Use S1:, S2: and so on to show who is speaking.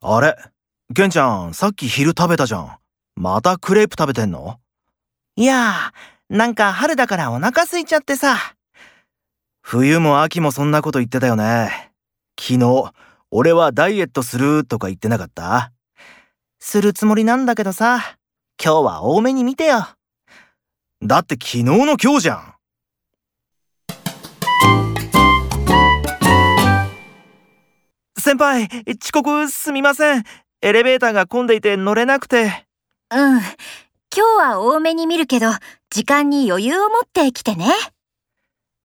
S1: あれケンちゃん、さっき昼食べたじゃん。またクレープ食べてんの
S2: いやー、なんか春だからお腹空いちゃってさ。
S1: 冬も秋もそんなこと言ってたよね。昨日、俺はダイエットするとか言ってなかった
S2: するつもりなんだけどさ。今日は多めに見てよ。
S1: だって昨日の今日じゃん。
S2: 先輩、遅刻すみません。エレベーターが混んでいて乗れなくて。
S3: うん。今日は多めに見るけど、時間に余裕を持って来てね。